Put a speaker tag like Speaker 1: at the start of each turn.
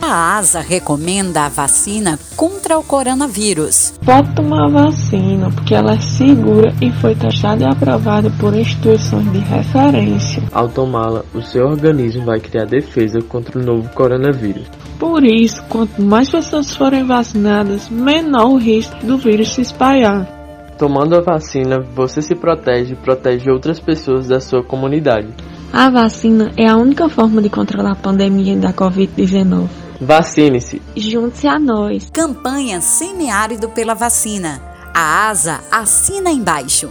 Speaker 1: Asa recomenda a vacina contra o coronavírus.
Speaker 2: Pode tomar a vacina, porque ela é segura e foi testada e aprovada por instituições de referência.
Speaker 3: Ao tomá-la, o seu organismo vai criar defesa contra o novo coronavírus.
Speaker 2: Por isso, quanto mais pessoas forem vacinadas, menor o risco do vírus se espalhar.
Speaker 3: Tomando a vacina, você se protege e protege outras pessoas da sua comunidade.
Speaker 2: A vacina é a única forma de controlar a pandemia da Covid-19.
Speaker 3: Vacine-se!
Speaker 2: Junte-se a nós!
Speaker 1: Campanha Semiárido pela Vacina. A ASA assina embaixo.